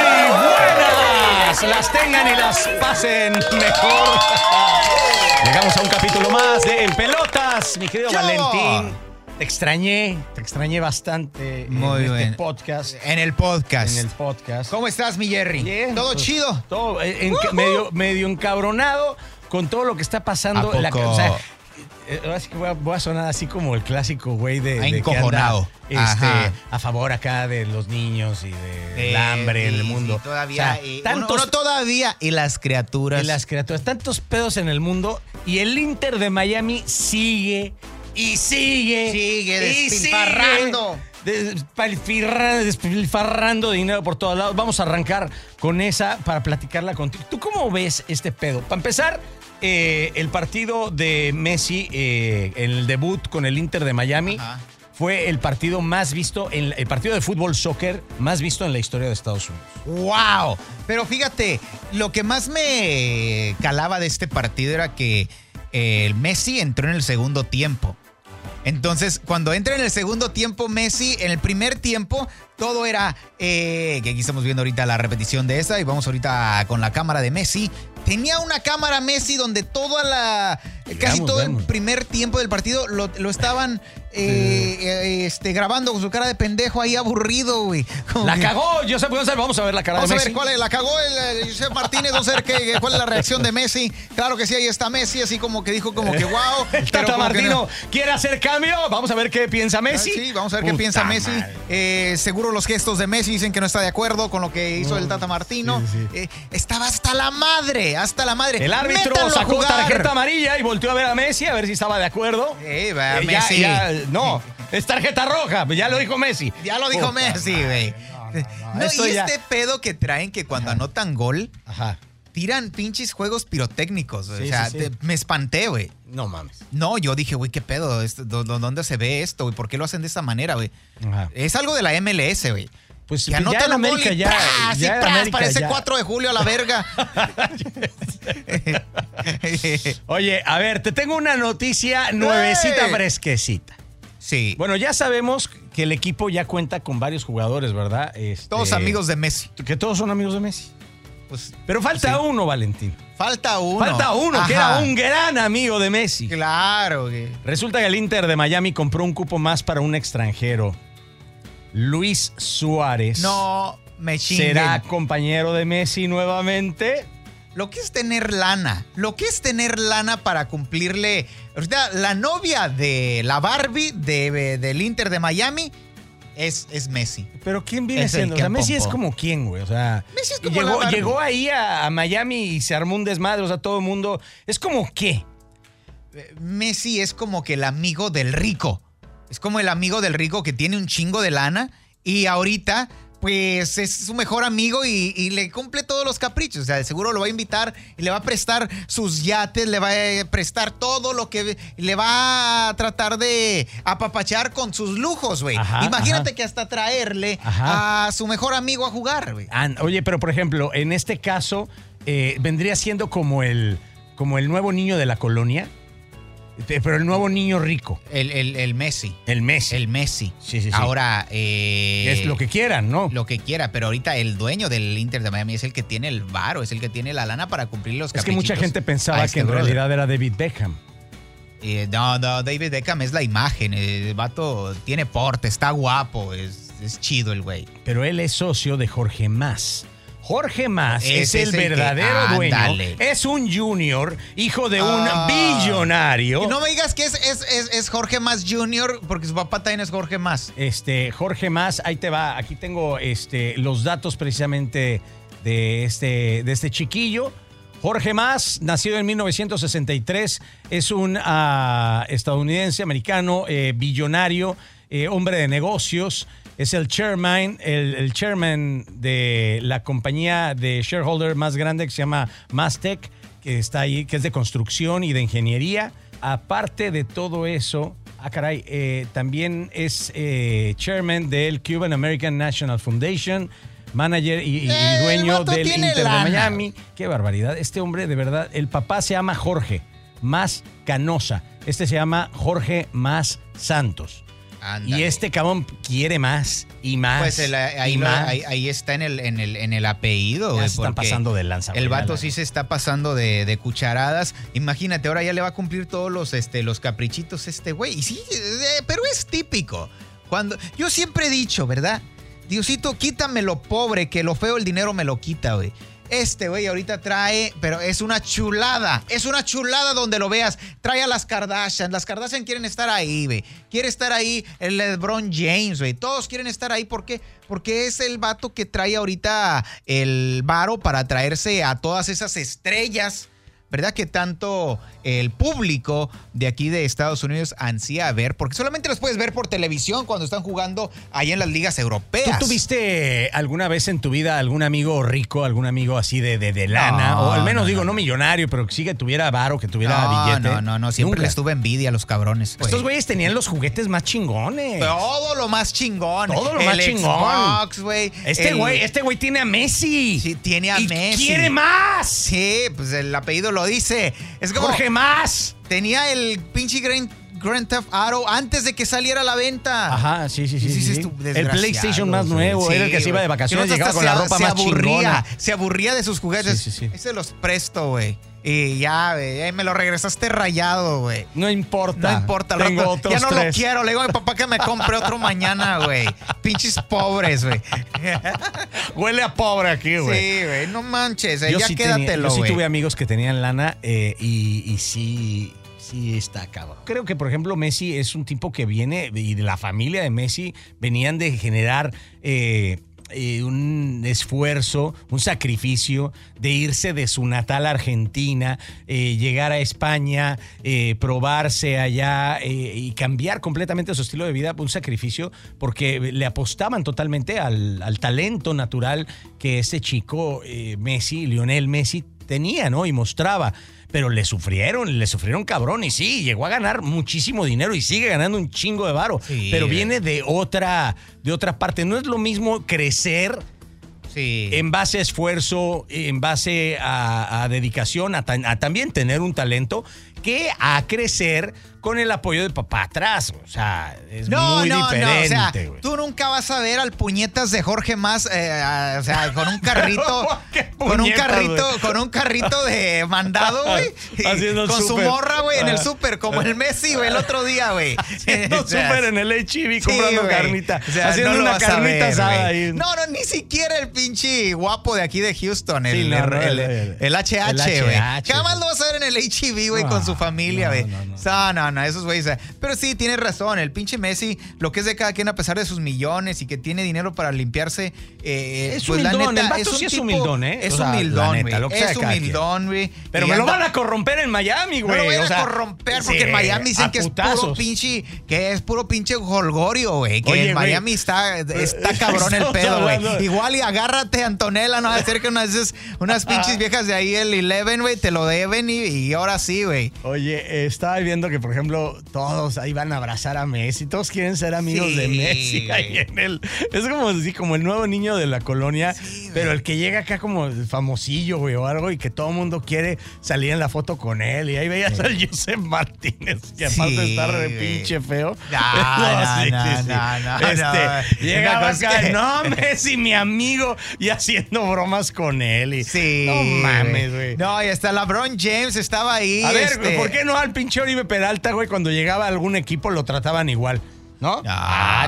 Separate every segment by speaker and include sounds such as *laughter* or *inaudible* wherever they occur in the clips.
Speaker 1: Muy buenas, las tengan y las pasen mejor. Llegamos a un capítulo más de En Pelotas, mi querido
Speaker 2: Yo.
Speaker 1: Valentín. Te extrañé, te extrañé bastante en
Speaker 2: Muy bien. Eh,
Speaker 1: este podcast,
Speaker 2: En el podcast.
Speaker 1: en el podcast.
Speaker 2: ¿Cómo estás, mi Jerry?
Speaker 1: Bien,
Speaker 2: ¿Todo
Speaker 1: pues,
Speaker 2: chido?
Speaker 1: Todo eh, en- medio, medio encabronado con todo lo que está pasando.
Speaker 2: ¿A
Speaker 1: la ca-
Speaker 2: poco?
Speaker 1: o sea, eh, ahora sí que voy a, voy a sonar así como el clásico güey de, de que
Speaker 2: Ah, Encojonado.
Speaker 1: anda, este,
Speaker 2: Ajá.
Speaker 1: a favor acá de los niños y del
Speaker 2: Eh,
Speaker 1: hambre en
Speaker 2: sí,
Speaker 1: el mundo.
Speaker 2: sí,
Speaker 1: O
Speaker 2: todavía.
Speaker 1: sea,
Speaker 2: y- uno-
Speaker 1: tantos
Speaker 2: uno todavía. Y las criaturas.
Speaker 1: y las criaturas, tantos pedos en el mundo y el Inter de Miami sigue y sigue.
Speaker 2: Sigue
Speaker 1: y
Speaker 2: despilfarrando.
Speaker 1: sigue despilfarra- Despilfarrando dinero por todos lados. Vamos a arrancar con esa para platicarla contigo. ¿Tú cómo ves este pedo? Para empezar, eh, el partido de Messi, eh, el debut con el Inter de Miami,
Speaker 2: Ajá.
Speaker 1: fue el partido más visto, en, el partido de fútbol soccer más visto en la historia de Estados Unidos.
Speaker 2: ¡Wow! Pero fíjate, lo que más me calaba de este partido era que eh, el Messi entró en el segundo tiempo. Entonces, cuando entra en el segundo tiempo Messi, en el primer tiempo, todo era, eh, que aquí estamos viendo ahorita la repetición de esa y vamos ahorita con la cámara de Messi. Tenía una cámara Messi donde toda la,
Speaker 1: Veamos,
Speaker 2: casi todo
Speaker 1: veamos.
Speaker 2: el primer tiempo del partido lo, lo estaban eh, eh, este, grabando con su cara de pendejo ahí aburrido, güey. Como
Speaker 1: La
Speaker 2: que-
Speaker 1: cagó, yo sé, vamos a ver la cara
Speaker 2: Oh, Vamos
Speaker 1: de
Speaker 2: a
Speaker 1: Messi.
Speaker 2: ver cuál es, la cagó el eh, Josep Martínez, vamos a ver qué- cuál es la reacción de Messi. Claro que sí, ahí está Messi, así como que dijo como que wow.
Speaker 1: El *laughs* Tata Martino quiere hacer cambio. Vamos a ver qué piensa Messi.
Speaker 2: Messi. Sí, vamos a ver qué
Speaker 1: Puta
Speaker 2: piensa Messi.
Speaker 1: madre.
Speaker 2: Eh, seguro los gestos de Messi dicen que no está de acuerdo con lo que hizo el Tata Martino.
Speaker 1: Mm, sí, sí.
Speaker 2: Eh, estaba hasta la madre, hasta la madre.
Speaker 1: El árbitro
Speaker 2: Métanlo a
Speaker 1: sacó
Speaker 2: jugar.
Speaker 1: tarjeta amarilla y volteó a ver a Messi a ver si estaba de acuerdo.
Speaker 2: Eh, va,
Speaker 1: ya-
Speaker 2: Messi.
Speaker 1: ya- no, es tarjeta roja, ya lo dijo Messi.
Speaker 2: Ya lo dijo
Speaker 1: Puta
Speaker 2: Messi,
Speaker 1: madre.
Speaker 2: güey.
Speaker 1: No, no, no,
Speaker 2: No,
Speaker 1: eso
Speaker 2: y
Speaker 1: ya-
Speaker 2: este pedo que traen que cuando anotan gol,
Speaker 1: Ajá.
Speaker 2: tiran pinches juegos pirotécnicos.
Speaker 1: Sí,
Speaker 2: o sea,
Speaker 1: sí, sí.
Speaker 2: te- me espanté, güey.
Speaker 1: No mames.
Speaker 2: No, yo dije, güey, qué pedo, Esto, ¿dó- dó- ¿dónde se ve esto? güey? ¿Por qué lo hacen de esta manera, güey?
Speaker 1: Ajá.
Speaker 2: Es algo de la MLS, güey.
Speaker 1: Ah. Pues
Speaker 2: Que
Speaker 1: ya
Speaker 2: anotan
Speaker 1: en
Speaker 2: un gol
Speaker 1: América
Speaker 2: y
Speaker 1: ya-
Speaker 2: ¡pras!
Speaker 1: ya
Speaker 2: y
Speaker 1: en
Speaker 2: ¡pras!
Speaker 1: América
Speaker 2: parece
Speaker 1: ya.
Speaker 2: 4 de julio a
Speaker 1: *laughs*
Speaker 2: la verga.
Speaker 1: Oye, a ver, te tengo una noticia nuevecita
Speaker 2: ¡Ey!
Speaker 1: fresquecita.
Speaker 2: sí,
Speaker 1: Bueno, ya sabemos que el equipo ya cuenta con varios jugadores, ¿verdad? Este,
Speaker 2: todos amigos de Messi.
Speaker 1: Que todos son amigos de Messi.
Speaker 2: Pues,
Speaker 1: Pero falta uno, Valentín.
Speaker 2: falta uno.
Speaker 1: Falta uno, que era
Speaker 2: Ajá.
Speaker 1: un gran amigo de Messi.
Speaker 2: Claro, güey.
Speaker 1: Resulta que el Inter de Miami compró un cupo más para un extranjero. Luis Suárez
Speaker 2: No me chinguen.
Speaker 1: será compañero de Messi nuevamente.
Speaker 2: Lo que es tener lana. Lo que es tener lana para cumplirle. Ahorita, la novia de la Barbie de- de- del Inter de Miami es, es Messi.
Speaker 1: Pero ¿quién viene
Speaker 2: Es el
Speaker 1: siendo? O sea,
Speaker 2: Ken
Speaker 1: Messi es
Speaker 2: Pompó.
Speaker 1: como quién, güey. O sea,
Speaker 2: Messi es como la
Speaker 1: llegó,
Speaker 2: Barbie.
Speaker 1: llegó ahí a, a Miami y se armó un desmadre. O sea, todo el mundo. Es como qué.
Speaker 2: eh, Messi es como que el amigo del rico. Es como el amigo del rico que tiene un chingo de lana y ahorita pues es su mejor amigo y, y le cumple todos los caprichos. O sea, de seguro lo va a invitar y le va a prestar sus yates, le va a eh, prestar todo lo que le va a tratar de apapachar con sus lujos, güey.
Speaker 1: Ajá,
Speaker 2: Imagínate
Speaker 1: ajá.
Speaker 2: que hasta traerle
Speaker 1: Ajá.
Speaker 2: a su mejor amigo a jugar, güey.
Speaker 1: Ah, oye, pero por ejemplo, en este caso, eh, vendría siendo como el, como el nuevo niño de la colonia, eh, pero el nuevo niño rico,
Speaker 2: El, el- el Messi.
Speaker 1: el Messi.
Speaker 2: El Messi.
Speaker 1: Sí, sí, sí.
Speaker 2: Ahora, eh,
Speaker 1: es lo que quieran, ¿no?
Speaker 2: *laughs* lo que quiera, pero ahorita el dueño del Inter de Miami es el que tiene el varo, es el que tiene la lana para cumplir los
Speaker 1: es que mucha
Speaker 2: caprichitos
Speaker 1: gente
Speaker 2: a
Speaker 1: pensaba
Speaker 2: este
Speaker 1: que en
Speaker 2: brother.
Speaker 1: realidad era David Beckham.
Speaker 2: Eh, no, no, David Beckham es la imagen, eh, el vato tiene porte, está guapo, es, es chido el güey.
Speaker 1: pero él es socio de Jorge Más. Jorge Más es,
Speaker 2: Ese
Speaker 1: el
Speaker 2: es el que-
Speaker 1: verdadero dueño.
Speaker 2: ándale.
Speaker 1: Es un junior, hijo de un
Speaker 2: Ah.
Speaker 1: billonario.
Speaker 2: Y no me digas que es, es, es- es Jorge Más Jr., porque su papá también es Jorge Más.
Speaker 1: Este, Jorge Más, ahí te va. Aquí tengo este, los datos precisamente de este, de este chiquillo. Jorge Más, nacido en 1963, es un ah, estadounidense, americano, eh, billonario, eh, hombre de negocios. Es el chairman, el, el chairman de la compañía de shareholder más grande que se llama Mastec, que está ahí, que es de construcción y de ingeniería. Aparte de todo eso, Ah, caray. eh, también es eh, chairman del Cuban American National Foundation, manager y, y- y
Speaker 2: Eh, el
Speaker 1: dueño
Speaker 2: vato
Speaker 1: del
Speaker 2: tiene
Speaker 1: Inter
Speaker 2: lana.
Speaker 1: de Miami. Qué barbaridad. Este hombre, de verdad, el papá se llama Jorge Más Canosa. Este se llama Jorge Más Santos.
Speaker 2: Ándale.
Speaker 1: Y este cabrón quiere más y más.
Speaker 2: Pues el- ahí,
Speaker 1: y
Speaker 2: lo-
Speaker 1: más.
Speaker 2: ahí- ahí está en el, en el, en el apellido.
Speaker 1: Ya
Speaker 2: güey,
Speaker 1: se están
Speaker 2: porque
Speaker 1: pasando de lanza.
Speaker 2: El
Speaker 1: güey,
Speaker 2: vato
Speaker 1: la
Speaker 2: sí
Speaker 1: neta.
Speaker 2: se está pasando de, de cucharadas. Imagínate, ahora ya le va a cumplir todos los, este, los caprichitos este güey. Y sí, eh, pero es típico. Cuando, yo siempre he dicho, ¿verdad? Diosito, quítame lo pobre, que lo feo el dinero me lo quita, güey. Este güey ahorita trae, pero es una chulada. Es una chulada donde lo veas. Trae a las Kardashian. Las Kardashian quieren estar ahí, güey. Quiere estar ahí el LeBron James, güey. Todos quieren estar ahí. ¿Por qué? Porque es el vato que trae ahorita el varo para traerse a todas esas estrellas. ¿Verdad que tanto el público de aquí de Estados Unidos ansía ver? Porque solamente los puedes ver por televisión cuando están jugando ahí en las ligas
Speaker 1: ¿Tú
Speaker 2: europeas.
Speaker 1: tuviste alguna vez en tu vida algún amigo rico, algún amigo así de, de, de lana?
Speaker 2: No,
Speaker 1: o al menos
Speaker 2: no,
Speaker 1: digo,
Speaker 2: no,
Speaker 1: no,
Speaker 2: no.
Speaker 1: millonario, pero que sí que tuviera varo, que tuviera
Speaker 2: no,
Speaker 1: billete.
Speaker 2: No, no, no, siempre pues.
Speaker 1: Nunca.
Speaker 2: les tuve envidia a los cabrones.
Speaker 1: Estos güeyes tenían los juguetes más chingones.
Speaker 2: Todo lo más chingón.
Speaker 1: Todo lo más
Speaker 2: El
Speaker 1: chingón.
Speaker 2: Xbox, güey.
Speaker 1: Este
Speaker 2: El-
Speaker 1: güey, este güey tiene a Messi.
Speaker 2: Sí, tiene a
Speaker 1: Y
Speaker 2: Messi.
Speaker 1: ¡Quiere más!
Speaker 2: Sí, pues el apellido lo dice. Es como
Speaker 1: Jorge más.
Speaker 2: tenía el pinche Grand, Grand Theft Auto antes de que saliera a la venta.
Speaker 1: Ajá, sí, sí, sí.
Speaker 2: Dices
Speaker 1: sí, sí.
Speaker 2: tú,
Speaker 1: El
Speaker 2: desgraciado,
Speaker 1: PlayStation más
Speaker 2: güey.
Speaker 1: nuevo,
Speaker 2: Sí,
Speaker 1: era el que se iba de
Speaker 2: güey.
Speaker 1: vacaciones,
Speaker 2: Que no
Speaker 1: llegaba
Speaker 2: hasta
Speaker 1: con la
Speaker 2: se-
Speaker 1: ropa
Speaker 2: se
Speaker 1: más
Speaker 2: aburría,
Speaker 1: chingona.
Speaker 2: Se aburría de sus juguetes.
Speaker 1: Sí, sí, sí.
Speaker 2: Ese los presto, güey. Y ya, güey, ahí me lo regresaste rayado, güey.
Speaker 1: No importa.
Speaker 2: No importa, al
Speaker 1: Tengo
Speaker 2: rato
Speaker 1: otros
Speaker 2: ya no
Speaker 1: tres.
Speaker 2: lo quiero. Le digo a mi papá que me compre otro mañana, güey. Pinches pobres, güey.
Speaker 1: Huele a pobre aquí, güey.
Speaker 2: Sí, güey, no manches. eh,
Speaker 1: yo
Speaker 2: ya
Speaker 1: sí tenía-
Speaker 2: quédatelo,
Speaker 1: yo sí
Speaker 2: güey.
Speaker 1: tuve amigos que tenían lana eh, y, y sí, sí está cabrón. Creo que, por ejemplo, Messi es un tipo que viene y de la familia de Messi venían de generar eh, eh, un esfuerzo, un sacrificio de irse de su natal Argentina, eh, llegar a España, eh, probarse allá eh, y cambiar completamente su estilo de vida, un sacrificio, porque le apostaban totalmente al, al talento natural que ese chico eh, Messi, Lionel Messi, tenía, ¿no? Y mostraba. Pero le sufrieron, le sufrieron cabrón. Y sí, llegó a ganar muchísimo dinero y sigue ganando un chingo de varo.
Speaker 2: Sí,
Speaker 1: pero
Speaker 2: güey.
Speaker 1: viene de otra, de otra parte. No es lo mismo crecer
Speaker 2: Sí.
Speaker 1: en base a esfuerzo, en base a, a dedicación, a, tan- a también tener un talento, que a crecer con el apoyo de papá atrás. O sea, es muy diferente.
Speaker 2: No, o sea,
Speaker 1: güey. *laughs*
Speaker 2: tú nunca vas a ver al puñetas de Jorge más, eh, a- o sea, con
Speaker 1: *laughs*
Speaker 2: un carrito,
Speaker 1: ¿Qué
Speaker 2: con un
Speaker 1: puñetas,
Speaker 2: carrito,
Speaker 1: güey?
Speaker 2: con un carrito de mandado, güey, y
Speaker 1: *laughs* Haciendo el
Speaker 2: con su
Speaker 1: súper.
Speaker 2: morra, güey, en el
Speaker 1: Ah.
Speaker 2: súper, como el Messi, güey, el otro día, güey.
Speaker 1: Haciendo
Speaker 2: *laughs* O sea,
Speaker 1: súper en el HB
Speaker 2: sí,
Speaker 1: comprando
Speaker 2: güey.
Speaker 1: carnita.
Speaker 2: O sea,
Speaker 1: haciendo
Speaker 2: no lo
Speaker 1: una
Speaker 2: vas a
Speaker 1: carnita
Speaker 2: ver,
Speaker 1: asada
Speaker 2: güey.
Speaker 1: ahí.
Speaker 2: No, no, ni siquiera el pinche guapo de aquí de Houston, el,
Speaker 1: Sí, no, no,
Speaker 2: el-
Speaker 1: el-
Speaker 2: el-
Speaker 1: el
Speaker 2: HH, güey.
Speaker 1: HH,
Speaker 2: Jamás
Speaker 1: güey.
Speaker 2: lo vas a ver en el HB, güey,
Speaker 1: No,
Speaker 2: con su familia,
Speaker 1: no,
Speaker 2: güey.
Speaker 1: no, no.
Speaker 2: O sea, no, no, no, esos güeyes. eh. Pero sí, tienes razón. El pinche Messi, lo que es de cada quien, a pesar de sus millones y que tiene dinero para limpiarse. eh,
Speaker 1: Es
Speaker 2: pues, la
Speaker 1: humildón,
Speaker 2: neta,
Speaker 1: el vato sí es humildón, ¿eh?
Speaker 2: Es
Speaker 1: O sea, la
Speaker 2: humildón,
Speaker 1: neta, lo que
Speaker 2: güey.
Speaker 1: sea
Speaker 2: Es
Speaker 1: de cada quien.
Speaker 2: humildón, güey.
Speaker 1: Pero
Speaker 2: Y
Speaker 1: me lo
Speaker 2: anda-
Speaker 1: van a corromper en Miami,
Speaker 2: no
Speaker 1: güey.
Speaker 2: lo vayan
Speaker 1: o sea,
Speaker 2: a corromper porque
Speaker 1: sí,
Speaker 2: en Miami dicen
Speaker 1: a
Speaker 2: que es puro
Speaker 1: putazos.
Speaker 2: pinche, que es puro pinche jolgorio, güey. Que
Speaker 1: Oye,
Speaker 2: en
Speaker 1: güey.
Speaker 2: Miami
Speaker 1: *laughs*
Speaker 2: está, está cabrón el
Speaker 1: Estamos
Speaker 2: pedo,
Speaker 1: hablando
Speaker 2: güey.
Speaker 1: de-
Speaker 2: Igual y agárrate, Antonella, no acerca unas esas- unas pinches viejas de ahí, el Eleven, güey, te lo deben y, y ahora sí, güey.
Speaker 1: Oye, eh, estaba viendo que, por ejemplo, todos ahí van a abrazar a Messi. Todos quieren ser amigos
Speaker 2: Sí,
Speaker 1: de Messi. *laughs* ahí
Speaker 2: güey.
Speaker 1: en el- es como, así, como el nuevo niño de la colonia, pero el que llega acá como el famosillo, güey, o algo, y que todo el mundo quiere salir en la foto con él. Y ahí veías al Josep Martínez, que aparte de
Speaker 2: Sí,
Speaker 1: estar re
Speaker 2: güey.
Speaker 1: pinche feo.
Speaker 2: *laughs* No,
Speaker 1: *laughs*
Speaker 2: no, no, no, no,
Speaker 1: Este,
Speaker 2: no.
Speaker 1: Llegaba
Speaker 2: Una cosa
Speaker 1: acá,
Speaker 2: es que-
Speaker 1: no, Messi, mi amigo, y haciendo bromas con él. Y,
Speaker 2: Sí.
Speaker 1: No mames, güey.
Speaker 2: No, y hasta LeBron James estaba ahí.
Speaker 1: A ver,
Speaker 2: este-
Speaker 1: ¿por qué no al pinche Oribe Peralta, güey, cuando llegaba a algún equipo lo trataban igual? ¿No? ah,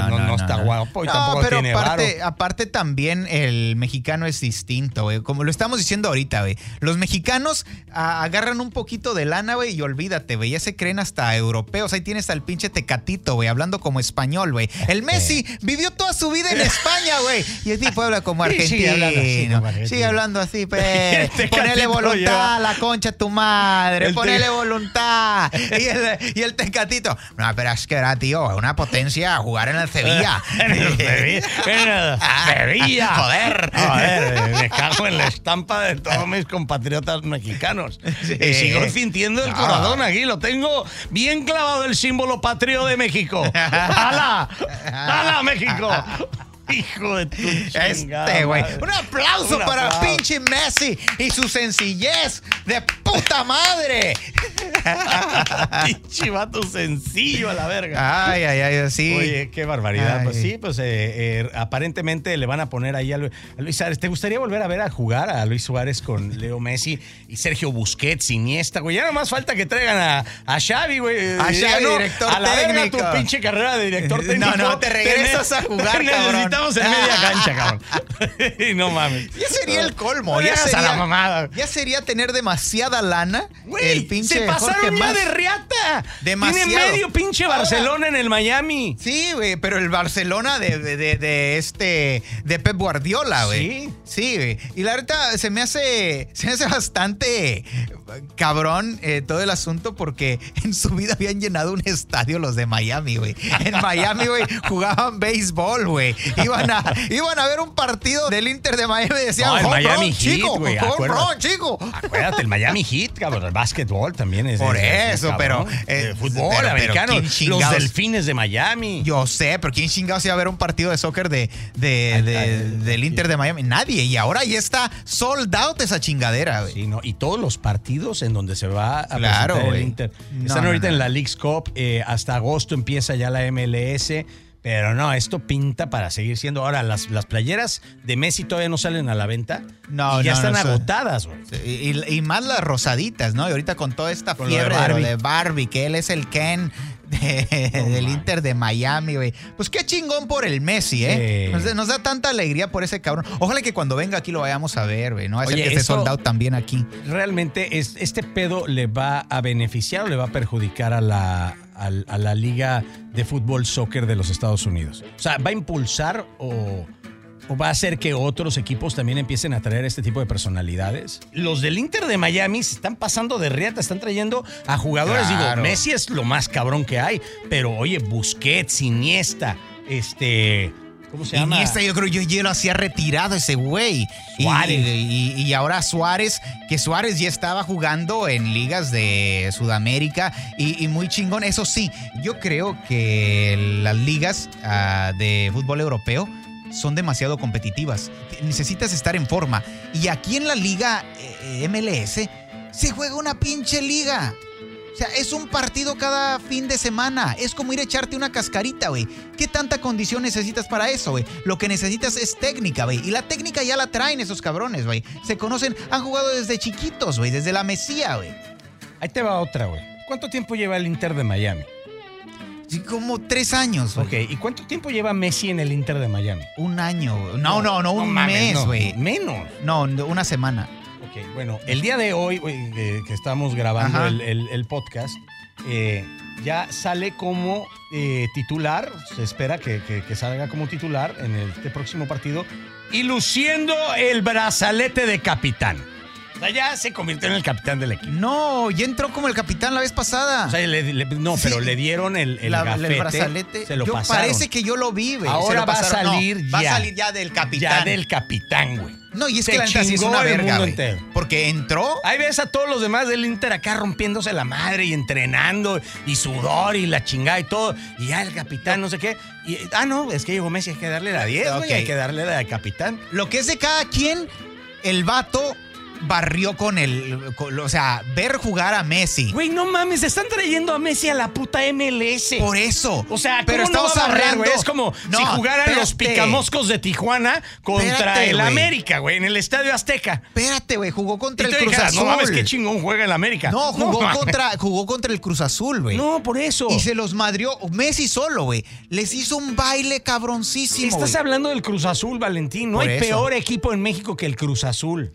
Speaker 1: no, no, no, está guapo y
Speaker 2: No,
Speaker 1: tampoco
Speaker 2: pero
Speaker 1: tiene
Speaker 2: aparte, ah,
Speaker 1: varo.
Speaker 2: aparte también el mexicano es distinto, güey. Como lo estamos diciendo ahorita, güey. Los mexicanos ah, agarran un poquito de lana, güey, y olvídate, güey. Ya se creen hasta europeos. Ahí tienes al pinche tecatito, güey, hablando como español, güey. El Messi vivió toda su vida en España, güey. Y el tipo habla
Speaker 1: *laughs*
Speaker 2: como
Speaker 1: Y
Speaker 2: argentino.
Speaker 1: sigue hablando así, como argentino.
Speaker 2: Sigue hablando así, pues.
Speaker 1: *laughs* El Tecatito
Speaker 2: Ponele voluntad
Speaker 1: lleva-
Speaker 2: a la concha a tu madre.
Speaker 1: El
Speaker 2: Ponele
Speaker 1: Tec-
Speaker 2: voluntad. Y el, y el tecatito. No, pero es que era, tío, es una potencia jugar en
Speaker 1: *laughs*
Speaker 2: el Sevilla.
Speaker 1: En
Speaker 2: *laughs*
Speaker 1: el Sevilla. En el Sevilla.
Speaker 2: Joder.
Speaker 1: Joder, me cago en la estampa de todos mis compatriotas mexicanos.
Speaker 2: Sí.
Speaker 1: Y sigo sintiendo el
Speaker 2: No.
Speaker 1: corazón aquí. Lo tengo bien clavado el símbolo patrio de México. ¡Hala! ¡Hala,
Speaker 2: *laughs*
Speaker 1: México! Hijo de tu
Speaker 2: Este,
Speaker 1: chingada
Speaker 2: güey.
Speaker 1: madre.
Speaker 2: Un aplauso
Speaker 1: Un
Speaker 2: para
Speaker 1: aplauso.
Speaker 2: pinche Messi y su sencillez de puta madre!
Speaker 1: *laughs* Pinche vato sencillo a la verga.
Speaker 2: Ay, ay, ay, así.
Speaker 1: Oye, qué barbaridad. Pues
Speaker 2: Ay.
Speaker 1: sí, pues eh, eh, aparentemente le van a poner ahí a Lu- a Luis Suárez. ¿Te gustaría volver a ver a jugar a Luis Suárez
Speaker 2: *laughs*
Speaker 1: con Leo Messi y Sergio Busquets, Iniesta, güey? Ya nomás falta que traigan a, a Xavi, güey.
Speaker 2: A
Speaker 1: Y
Speaker 2: Xavi, director
Speaker 1: a la verga
Speaker 2: técnico.
Speaker 1: tu pinche carrera de director
Speaker 2: *laughs* No,
Speaker 1: técnico.
Speaker 2: no, te regresas
Speaker 1: ne-
Speaker 2: a jugar,
Speaker 1: te
Speaker 2: cabrón.
Speaker 1: necesitamos en media
Speaker 2: *laughs*
Speaker 1: cancha, cabrón. *laughs* Y no mames.
Speaker 2: Ya sería el colmo.
Speaker 1: No le
Speaker 2: Ya
Speaker 1: hagas a
Speaker 2: sería,
Speaker 1: la mamada.
Speaker 2: ya sería tener demasiada lana.
Speaker 1: Güey,
Speaker 2: el pinche
Speaker 1: se pasaron
Speaker 2: Jorge
Speaker 1: ya
Speaker 2: Mas.
Speaker 1: de riata.
Speaker 2: Demasiado.
Speaker 1: Tiene medio pinche
Speaker 2: Ahora-
Speaker 1: Barcelona en el Miami.
Speaker 2: Sí, güey, pero el Barcelona de, de- de- de este de Pep Guardiola, güey.
Speaker 1: Sí.
Speaker 2: Sí, güey. Y la verdad se me hace se me hace bastante cabrón eh, todo el asunto porque *laughs* en su vida habían llenado un estadio los de Miami, güey. En
Speaker 1: *laughs*
Speaker 2: Miami, güey, jugaban béisbol, güey. Iban a iban a ver un partido del Inter de Miami y decían,
Speaker 1: No, el
Speaker 2: "Home run,
Speaker 1: Miami Heat,
Speaker 2: chico,
Speaker 1: güey,
Speaker 2: home
Speaker 1: acuérdate.
Speaker 2: run, chico."
Speaker 1: Acuérdate, el Miami Heat, cabrón, el básquetbol también es.
Speaker 2: Por
Speaker 1: es- es-
Speaker 2: eso,
Speaker 1: cabrón.
Speaker 2: pero, eh,
Speaker 1: Eh, fútbol
Speaker 2: pero- pero
Speaker 1: americano,
Speaker 2: ¿quién
Speaker 1: los
Speaker 2: chingados?
Speaker 1: delfines de Miami.
Speaker 2: Yo sé, pero ¿quién chingado se iba a ver un partido de soccer de, de- de-
Speaker 1: Ay, ay,
Speaker 2: del Inter de Miami? Nadie. Y ahora ya está sold out esa chingadera, güey.
Speaker 1: Sí, ¿no? Y todos los partidos en donde se va a
Speaker 2: Claro,
Speaker 1: presentar el
Speaker 2: güey.
Speaker 1: Inter.
Speaker 2: No,
Speaker 1: Están
Speaker 2: no,
Speaker 1: ahorita
Speaker 2: no.
Speaker 1: en la League's Cup, eh, hasta agosto empieza ya la MLS. Pero no, esto pinta para seguir siendo. Ahora, las, las playeras de Messi todavía no salen a la venta.
Speaker 2: No,
Speaker 1: y ya
Speaker 2: no,
Speaker 1: están
Speaker 2: no, eso-
Speaker 1: agotadas, güey.
Speaker 2: Y, y- y más las rosaditas, ¿no? Y ahorita con toda esta
Speaker 1: Con lo de
Speaker 2: fiebre de lo
Speaker 1: Barbie.
Speaker 2: de Barbie, que él es el Ken de-
Speaker 1: No
Speaker 2: del
Speaker 1: mames.
Speaker 2: Inter de Miami, güey. Pues qué chingón por el Messi, ¿eh?
Speaker 1: Sí.
Speaker 2: Nos, da- nos da tanta alegría por ese cabrón. Ojalá que cuando venga aquí lo vayamos a ver, güey, ¿no? Es el
Speaker 1: Oye,
Speaker 2: que esté
Speaker 1: esto-
Speaker 2: sold out también aquí.
Speaker 1: realmente es- este pedo le va a beneficiar o le va a perjudicar a la, al- a la liga de fútbol soccer de los Estados Unidos? O sea, ¿va a impulsar o, o va a hacer que otros equipos también empiecen a traer este tipo de personalidades? Los del Inter de Miami se están pasando de riata, están trayendo a jugadores. Digo,
Speaker 2: Claro.
Speaker 1: Messi es lo más cabrón que hay, pero oye, Busquets, Iniesta, este... ¿Cómo se llama?
Speaker 2: Iniesta, este, yo creo yo ya lo hacía retirado ese güey. Y-
Speaker 1: Suárez.
Speaker 2: Y, y ahora Suárez, que Suárez ya estaba jugando en ligas de Sudamérica y, y muy chingón. Eso sí, yo creo que las ligas ah, de fútbol europeo son demasiado competitivas. Necesitas estar en forma. Y aquí en la liga eh, MLS se juega una pinche liga. O sea, es un partido cada fin de semana. Es como ir a echarte una cascarita, güey. ¿Qué tanta condición necesitas para eso, güey? Lo que necesitas es técnica, güey. Y la técnica ya la traen esos cabrones, güey. Se conocen, han jugado desde chiquitos, güey. Desde la mesía, güey.
Speaker 1: Ahí te va otra, güey. ¿Cuánto tiempo lleva el Inter de Miami?
Speaker 2: Sí, Como tres años, güey.
Speaker 1: Ok, ¿y cuánto tiempo lleva Messi en el Inter de Miami?
Speaker 2: Un año, güey. No, no, no, un
Speaker 1: mames,
Speaker 2: mes,
Speaker 1: no.
Speaker 2: güey.
Speaker 1: Menos.
Speaker 2: No, no, una semana.
Speaker 1: Ok, bueno, el día de hoy, güey, eh, que estamos grabando
Speaker 2: Ajá.
Speaker 1: el, el- el podcast, eh, ya sale como eh, titular, se espera que, que- que salga como titular en el, este próximo partido, y luciendo el brazalete de capitán. O sea, ya se convirtió en el capitán del equipo.
Speaker 2: No, ya entró como el capitán la vez pasada.
Speaker 1: O sea, le- le- no,
Speaker 2: Sí.
Speaker 1: pero le dieron el, el
Speaker 2: La-
Speaker 1: gafete,
Speaker 2: brazalete.
Speaker 1: Se lo
Speaker 2: Yo-
Speaker 1: pasaron.
Speaker 2: Parece que yo lo vi, güey.
Speaker 1: Ahora
Speaker 2: Se lo
Speaker 1: va a
Speaker 2: pasaron. No,
Speaker 1: salir
Speaker 2: Va
Speaker 1: ya.
Speaker 2: a salir ya del
Speaker 1: ya
Speaker 2: capitán.
Speaker 1: del capitán, güey.
Speaker 2: No, y es
Speaker 1: Se
Speaker 2: que la neta sí es
Speaker 1: chingó
Speaker 2: una
Speaker 1: el
Speaker 2: verga,
Speaker 1: mundo
Speaker 2: güey.
Speaker 1: entero. Ah.
Speaker 2: Porque entró
Speaker 1: Ahí ves a todos los demás del Inter acá rompiéndose la madre y entrenando y sudor y la chingada y todo. Y ya el capitán, no sé qué. Y, ah, no, es que llegó Messi, hay que darle la 10, güey,
Speaker 2: Ok.
Speaker 1: hay que darle la de capitán.
Speaker 2: lo que es de cada quien, el vato barrió con el. con- o sea, ver jugar a Messi.
Speaker 1: Güey, no mames, están trayendo a Messi a la puta MLS.
Speaker 2: Por eso.
Speaker 1: o sea, ¿cómo
Speaker 2: pero estamos
Speaker 1: no va a barrer,
Speaker 2: hablando.
Speaker 1: güey? Es como
Speaker 2: No,
Speaker 1: si jugaran los
Speaker 2: espérate.
Speaker 1: picamoscos de Tijuana contra
Speaker 2: Espérate,
Speaker 1: el
Speaker 2: güey.
Speaker 1: América, güey, en el Estadio Azteca.
Speaker 2: Espérate, güey. Jugó
Speaker 1: Y
Speaker 2: contra el
Speaker 1: tú
Speaker 2: Cruz
Speaker 1: dijeras, no
Speaker 2: Azul.
Speaker 1: mames, qué chingón juega el América.
Speaker 2: No, jugó,
Speaker 1: mames.
Speaker 2: contra, jugó contra el Cruz Azul, güey.
Speaker 1: No, por eso.
Speaker 2: Y se los madrió Messi solo, güey. Les hizo un baile cabroncísimo.
Speaker 1: Estás
Speaker 2: güey.
Speaker 1: hablando del Cruz Azul, Valentín. No
Speaker 2: Por
Speaker 1: hay
Speaker 2: eso.
Speaker 1: peor equipo en México que el Cruz Azul.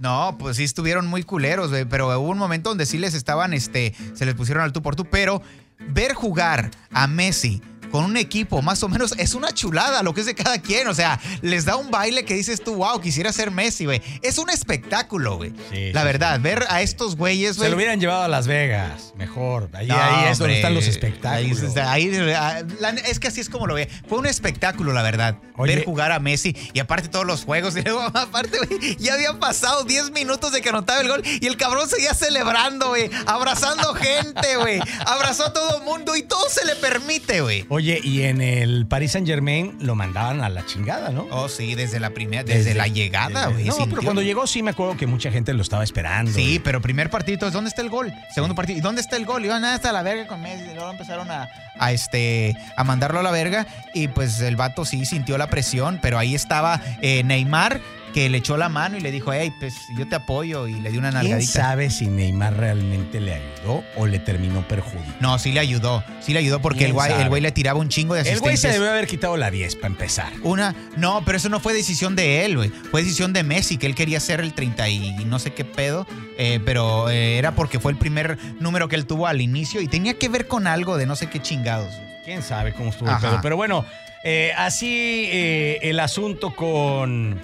Speaker 2: No, pues sí estuvieron muy culeros, güey, pero hubo un momento donde sí les estaban, este, se les pusieron al tú por tú, pero ver jugar a Messi con un equipo más o menos es una chulada lo que es de cada quien, o sea, les da un baile que dices tú, wow, quisiera ser Messi, güey. Es un espectáculo, güey.
Speaker 1: Sí,
Speaker 2: La
Speaker 1: sí,
Speaker 2: verdad,
Speaker 1: sí.
Speaker 2: ver a estos güeyes,
Speaker 1: Se
Speaker 2: güey.
Speaker 1: lo hubieran llevado a Las Vegas, mejor. Ahí,
Speaker 2: No,
Speaker 1: ahí es donde
Speaker 2: hombre,
Speaker 1: están los
Speaker 2: ahí
Speaker 1: espectáculos.
Speaker 2: es- ahí- ah, la- es que así es como lo ve. Fue un espectáculo, la verdad.
Speaker 1: Oye.
Speaker 2: Ver jugar a Messi y aparte todos los juegos. *laughs* Y luego, aparte, güey, ya habían pasado 10 minutos de que anotaba el gol y el cabrón
Speaker 1: *laughs*
Speaker 2: seguía celebrando, güey. Abrazando gente, güey. Abrazó a todo mundo y todo se le permite, güey.
Speaker 1: Oye, y en el Paris Saint Germain lo mandaban a la chingada, ¿no?
Speaker 2: Oh, sí, desde la primera, desde, la llegada,
Speaker 1: desde-
Speaker 2: güey.
Speaker 1: No, pero
Speaker 2: sintió-
Speaker 1: cuando llegó sí me acuerdo que mucha gente lo estaba esperando.
Speaker 2: Sí, pero primer partido es ¿dónde está el gol? Segundo partido, ¿y dónde está el gol? Iban hasta la verga con Messi, luego empezaron a, a, este, a mandarlo a la verga y pues el vato sí sintió la presión, pero ahí estaba eh, Neymar que le echó la mano y le dijo, hey, pues yo te apoyo y le dio una
Speaker 1: ¿Quién
Speaker 2: nalgadita.
Speaker 1: sabe si Neymar realmente le ayudó o le terminó perjudicando?
Speaker 2: No, sí le ayudó, sí le ayudó porque el
Speaker 1: ¿Quién
Speaker 2: güey,
Speaker 1: sabe?
Speaker 2: el güey le tiraba un chingo de
Speaker 1: El güey se
Speaker 2: asistencias.
Speaker 1: debió haber quitado la 10 para empezar.
Speaker 2: Una, no, pero eso no fue decisión de él, güey. Fue decisión de Messi, que él quería ser el 30 y no sé qué pedo. eh, pero eh, era porque fue el primer número que él tuvo al inicio y tenía que ver con algo de no sé qué chingados.
Speaker 1: Quién sabe cómo estuvo
Speaker 2: Ajá.
Speaker 1: el pedo. Pero bueno, eh, así eh, el asunto con,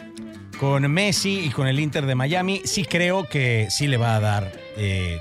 Speaker 1: con Messi y con el Inter de Miami, sí creo que sí le va a dar eh,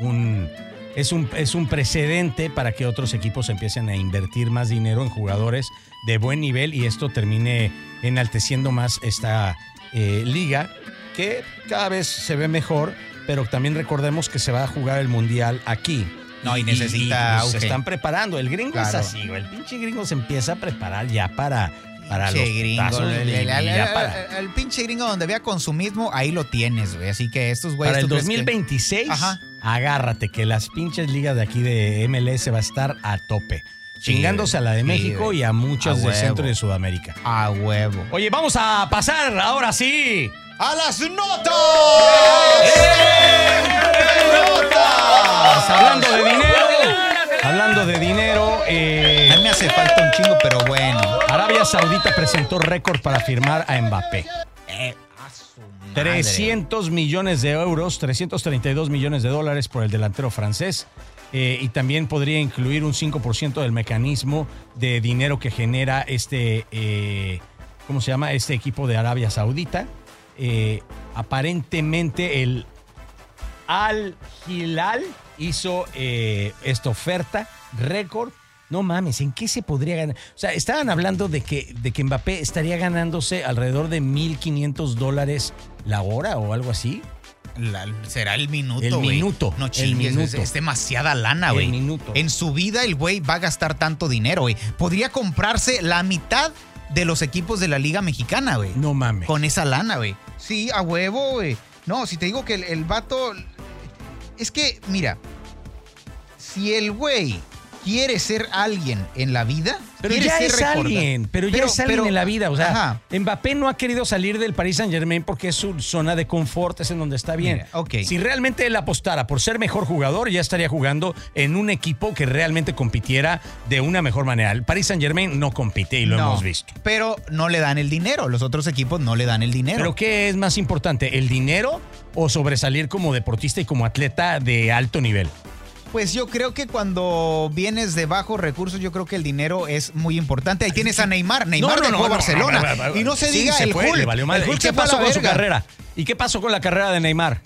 Speaker 1: un. Es un, es un precedente para que otros equipos empiecen a invertir más dinero en jugadores de buen nivel y esto termine enalteciendo más esta eh, liga que cada vez se ve mejor, pero también recordemos que se va a jugar el mundial aquí.
Speaker 2: No, y necesita
Speaker 1: pues, se
Speaker 2: auge.
Speaker 1: están preparando. El gringo es
Speaker 2: Claro.
Speaker 1: así, güey. El pinche gringo se empieza a preparar ya para, para los
Speaker 2: Pinche gringo.
Speaker 1: putazos
Speaker 2: El,
Speaker 1: de-
Speaker 2: el- el-
Speaker 1: ya para,
Speaker 2: eh, el- el pinche gringo donde vea consumismo, ahí lo tienes, güey. Así que estos güeyes.
Speaker 1: para el
Speaker 2: pues, ¿tú crees que-
Speaker 1: 2026,
Speaker 2: Ajá.
Speaker 1: agárrate que las pinches ligas de aquí de MLS va a estar a tope.
Speaker 2: Sí,
Speaker 1: chingándose a la de
Speaker 2: sí,
Speaker 1: México
Speaker 2: güey.
Speaker 1: y a muchas
Speaker 2: A
Speaker 1: de
Speaker 2: huevo.
Speaker 1: Centro y de Sudamérica.
Speaker 2: A huevo.
Speaker 1: Oye, vamos a pasar ahora sí.
Speaker 2: ¡A las notas!
Speaker 1: Notas. Hablando de dinero. Hablando de dinero. eh,
Speaker 2: A mí me hace falta un chingo, pero bueno.
Speaker 1: Arabia Saudita presentó récord para firmar a Mbappé.
Speaker 2: Eh, a su madre.
Speaker 1: 300 millones de euros, 332 millones de dólares por el delantero francés. eh, y también podría incluir un 5% del mecanismo de dinero que genera este, eh, ¿cómo se llama? Este equipo de Arabia Saudita. Eh, aparentemente el Al Hilal hizo eh, esta oferta récord. No mames, ¿en qué se podría ganar? O sea, estaban hablando de que, de que Mbappé estaría ganándose alrededor de 1.500 dólares la hora o algo así.
Speaker 2: La- será el minuto,
Speaker 1: El
Speaker 2: güey.
Speaker 1: minuto,
Speaker 2: No
Speaker 1: el
Speaker 2: chingues, es-
Speaker 1: minuto.
Speaker 2: Es, demasiada lana,
Speaker 1: El
Speaker 2: Ah, güey.
Speaker 1: minuto.
Speaker 2: En su vida el güey va a gastar tanto dinero, güey. Podría comprarse la mitad de los equipos de la Liga Mexicana, güey.
Speaker 1: No mames.
Speaker 2: Con esa lana, güey. Sí, a huevo, güey. No, si te digo que el, el vato... Es que, mira, si el güey quiere ser alguien en la vida...
Speaker 1: Pero
Speaker 2: quiere
Speaker 1: ya
Speaker 2: ser
Speaker 1: es
Speaker 2: recordado.
Speaker 1: alguien, pero, ya es alguien
Speaker 2: pero-
Speaker 1: en la vida. O sea,
Speaker 2: Ajá.
Speaker 1: Mbappé no ha querido salir del Paris Saint Germain porque es su zona de confort, es en donde está bien.
Speaker 2: Mira, ok.
Speaker 1: Si realmente él apostara por ser mejor jugador, ya estaría jugando en un equipo que realmente compitiera de una mejor manera. El Paris Saint Germain no compite y lo
Speaker 2: No,
Speaker 1: hemos visto.
Speaker 2: Pero no le dan el dinero. Los otros equipos no le dan el dinero.
Speaker 1: Pero ¿qué es más importante, el dinero o sobresalir como deportista y como atleta de alto nivel?
Speaker 2: Pues yo creo que cuando vienes de bajos recursos, yo creo que el dinero es muy importante. Ahí tienes a Neymar. Neymar dejó a
Speaker 1: Ah,
Speaker 2: Barcelona. y no se
Speaker 1: Sí,
Speaker 2: diga el
Speaker 1: fue,
Speaker 2: Hulk.
Speaker 1: le valió madre.
Speaker 2: El Hulk
Speaker 1: ¿Y
Speaker 2: se
Speaker 1: qué
Speaker 2: fue a
Speaker 1: pasó
Speaker 2: la
Speaker 1: con su
Speaker 2: verga.
Speaker 1: carrera? ¿Y qué pasó con la carrera de Neymar?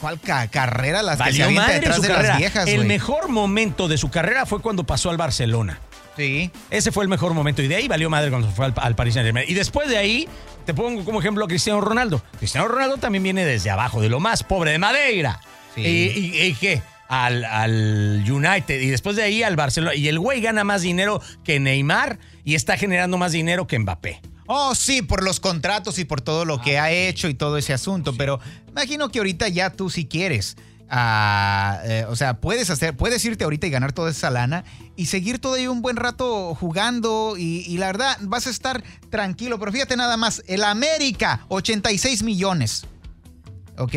Speaker 2: ¿Cuál ca- carrera? Las que se
Speaker 1: Valió
Speaker 2: avienta
Speaker 1: madre
Speaker 2: detrás
Speaker 1: su
Speaker 2: de
Speaker 1: carrera.
Speaker 2: las viejas,
Speaker 1: El
Speaker 2: güey.
Speaker 1: mejor momento de su carrera fue cuando pasó al Barcelona.
Speaker 2: Sí.
Speaker 1: Ese fue el mejor momento. Y de ahí valió madre cuando se fue al, al Paris Saint Germain. Y después de ahí, te pongo como ejemplo a Cristiano Ronaldo. Cristiano Ronaldo también viene desde abajo, de lo más pobre de Madeira.
Speaker 2: Sí.
Speaker 1: ¿Y, y- y qué? Al, al United. Y después de ahí al Barcelona. Y el güey gana más dinero que Neymar y está generando más dinero que Mbappé.
Speaker 2: Oh, sí, por los contratos y por todo lo que ha hecho y todo ese asunto. Pero imagino que ahorita ya tú si quieres. ah, eh, o sea, puedes hacer, puedes irte ahorita y ganar toda esa lana y seguir todavía un buen rato jugando. Y, y la verdad, vas a estar tranquilo. Pero fíjate nada más, el América, 86 millones. ¿Ok?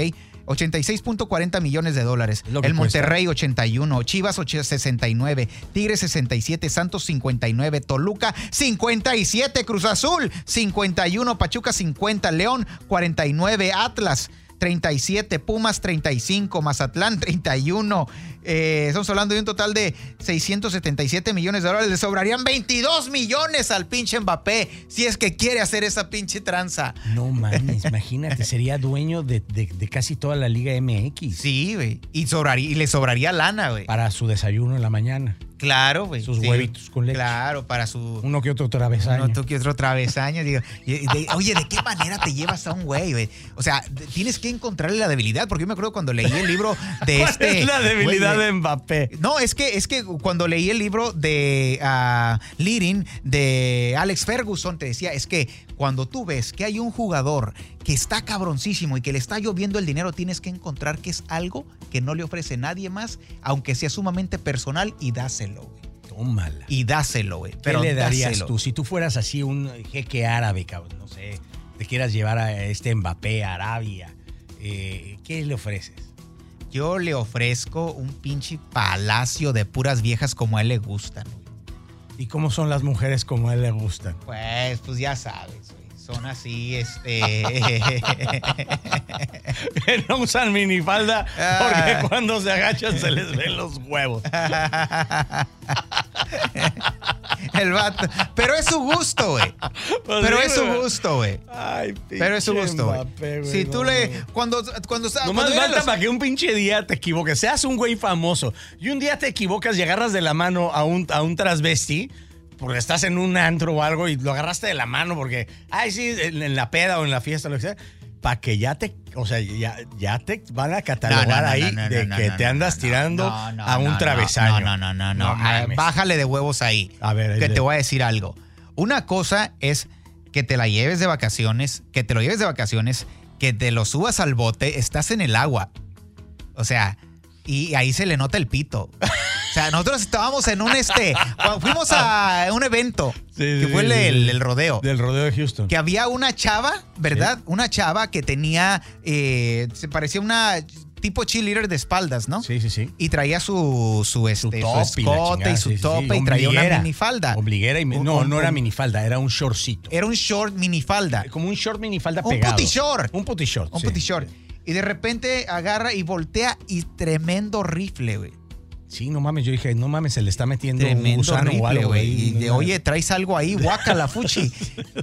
Speaker 2: 86.40 millones de dólares.
Speaker 1: Es lo que
Speaker 2: El
Speaker 1: cuesta.
Speaker 2: Monterrey 81, Chivas 8- 69, Tigres 67, Santos 59, Toluca 57, Cruz Azul 51, Pachuca 50, León 49, Atlas 37, Pumas 35, Mazatlán 31. Eh, estamos hablando de un total de 677 millones de dólares. Le sobrarían 22 millones al pinche Mbappé si es que quiere hacer esa pinche tranza.
Speaker 1: No mames, *laughs* imagínate, sería dueño de, de- de casi toda la Liga MX
Speaker 2: Sí, güey. Y, sobraría- y le sobraría lana, güey.
Speaker 1: para su desayuno en la mañana.
Speaker 2: Claro, güey.
Speaker 1: Sus
Speaker 2: Sí.
Speaker 1: huevitos con leche.
Speaker 2: Claro, para su...
Speaker 1: Uno que otro travesaño.
Speaker 2: No, tú que otro travesaño. Digo, y- y de- oye, ¿de qué manera te llevas a un güey, güey? O sea, de- tienes que encontrarle la debilidad, porque yo me acuerdo cuando leí el libro
Speaker 1: *laughs*
Speaker 2: de
Speaker 1: ¿Cuál
Speaker 2: este.
Speaker 1: es la debilidad Genialidad de Mbappé.
Speaker 2: No, es que, es que cuando leí el libro de ah, Leading de Alex Ferguson, te decía, es que cuando tú ves que hay un jugador que está cabroncísimo y que le está lloviendo el dinero, tienes que encontrar que es algo que no le ofrece nadie más, aunque sea sumamente personal, y dáselo, güey.
Speaker 1: Tómala.
Speaker 2: Y dáselo, güey.
Speaker 1: ¿Qué
Speaker 2: Pero
Speaker 1: le darías
Speaker 2: dáselo.
Speaker 1: tú? Si tú fueras así un jeque árabe, cabrón, no sé, te quieras llevar a este Mbappé a Arabia, eh, ¿qué le ofreces?
Speaker 2: Yo le ofrezco un pinche palacio de puras viejas como a él le gustan, güey.
Speaker 1: ¿Y cómo son las mujeres como a él le gustan? *laughs*
Speaker 2: Pues, pues ya sabes, güey. Son así,
Speaker 1: *laughs*
Speaker 2: este.
Speaker 1: Que no usan minifalda
Speaker 2: Ah.
Speaker 1: porque cuando se agachan se les ven los huevos.
Speaker 2: *laughs* *laughs* El vato. Pero es su gusto, güey.
Speaker 1: Pues
Speaker 2: Pero
Speaker 1: sí,
Speaker 2: es su
Speaker 1: güey.
Speaker 2: gusto, güey.
Speaker 1: Ay, pinche
Speaker 2: Pero es su gusto,
Speaker 1: Mbappé,
Speaker 2: güey.
Speaker 1: güey,
Speaker 2: Si
Speaker 1: no,
Speaker 2: tú
Speaker 1: no.
Speaker 2: le. Cuando. Cuando.
Speaker 1: No
Speaker 2: cuando
Speaker 1: más
Speaker 2: eran
Speaker 1: falta
Speaker 2: los-
Speaker 1: para que un pinche día te equivoques, seas un güey famoso y un día te equivocas y agarras de la mano a un, a un transvesti porque estás en un antro o algo y lo agarraste de la mano porque, ay, sí, en, en la peda o en la fiesta, lo que sea, para que ya te, o sea, ya, ya te van a catalogar
Speaker 2: No, no, no,
Speaker 1: ahí
Speaker 2: no, no,
Speaker 1: de
Speaker 2: no,
Speaker 1: que
Speaker 2: no,
Speaker 1: te
Speaker 2: no,
Speaker 1: andas
Speaker 2: no,
Speaker 1: tirando
Speaker 2: no, no,
Speaker 1: a
Speaker 2: no,
Speaker 1: un
Speaker 2: no,
Speaker 1: travesaño.
Speaker 2: No, no, no, no. no.
Speaker 1: No
Speaker 2: Ah,
Speaker 1: mames.
Speaker 2: Bájale de huevos ahí.
Speaker 1: A ver, ahí
Speaker 2: Que
Speaker 1: le-
Speaker 2: te voy a decir algo. Una cosa es que te la lleves de vacaciones, que te lo lleves de vacaciones, que te lo subas al bote, estás en el agua. O sea, y ahí se le nota el pito. O sea, nosotros estábamos en un este. cuando Fuimos a un evento
Speaker 1: Sí,
Speaker 2: que
Speaker 1: sí,
Speaker 2: fue el,
Speaker 1: sí, sí.
Speaker 2: el- el rodeo
Speaker 1: Del rodeo de Houston.
Speaker 2: que había una chava, ¿verdad? Una chava que tenía, eh, se parecía una tipo cheerleader de espaldas, ¿no?
Speaker 1: Sí, sí, sí.
Speaker 2: Y traía su, su, este,
Speaker 1: top
Speaker 2: su
Speaker 1: y la
Speaker 2: escote
Speaker 1: chingada,
Speaker 2: y
Speaker 1: sí,
Speaker 2: su
Speaker 1: sí, sí.
Speaker 2: tope y traía una
Speaker 1: Ombliguera.
Speaker 2: minifalda.
Speaker 1: Obliguera y mi-
Speaker 2: Ah. Un-
Speaker 1: no,
Speaker 2: un-
Speaker 1: no era
Speaker 2: un-
Speaker 1: minifalda, era un shortcito.
Speaker 2: Era un short minifalda.
Speaker 1: Como un short minifalda
Speaker 2: Un
Speaker 1: pegado.
Speaker 2: puti short.
Speaker 1: Un puti short.
Speaker 2: Un
Speaker 1: sí.
Speaker 2: puti short. Y de repente agarra y voltea y tremendo rifle, güey.
Speaker 1: Sí, no mames, yo dije, no mames, se le está metiendo un
Speaker 2: Tremendo
Speaker 1: gusano o
Speaker 2: rifle,
Speaker 1: algo,
Speaker 2: güey.
Speaker 1: güey.
Speaker 2: Y de,
Speaker 1: No,
Speaker 2: oye, traes algo
Speaker 1: *laughs*
Speaker 2: ahí, guaca la fuchi.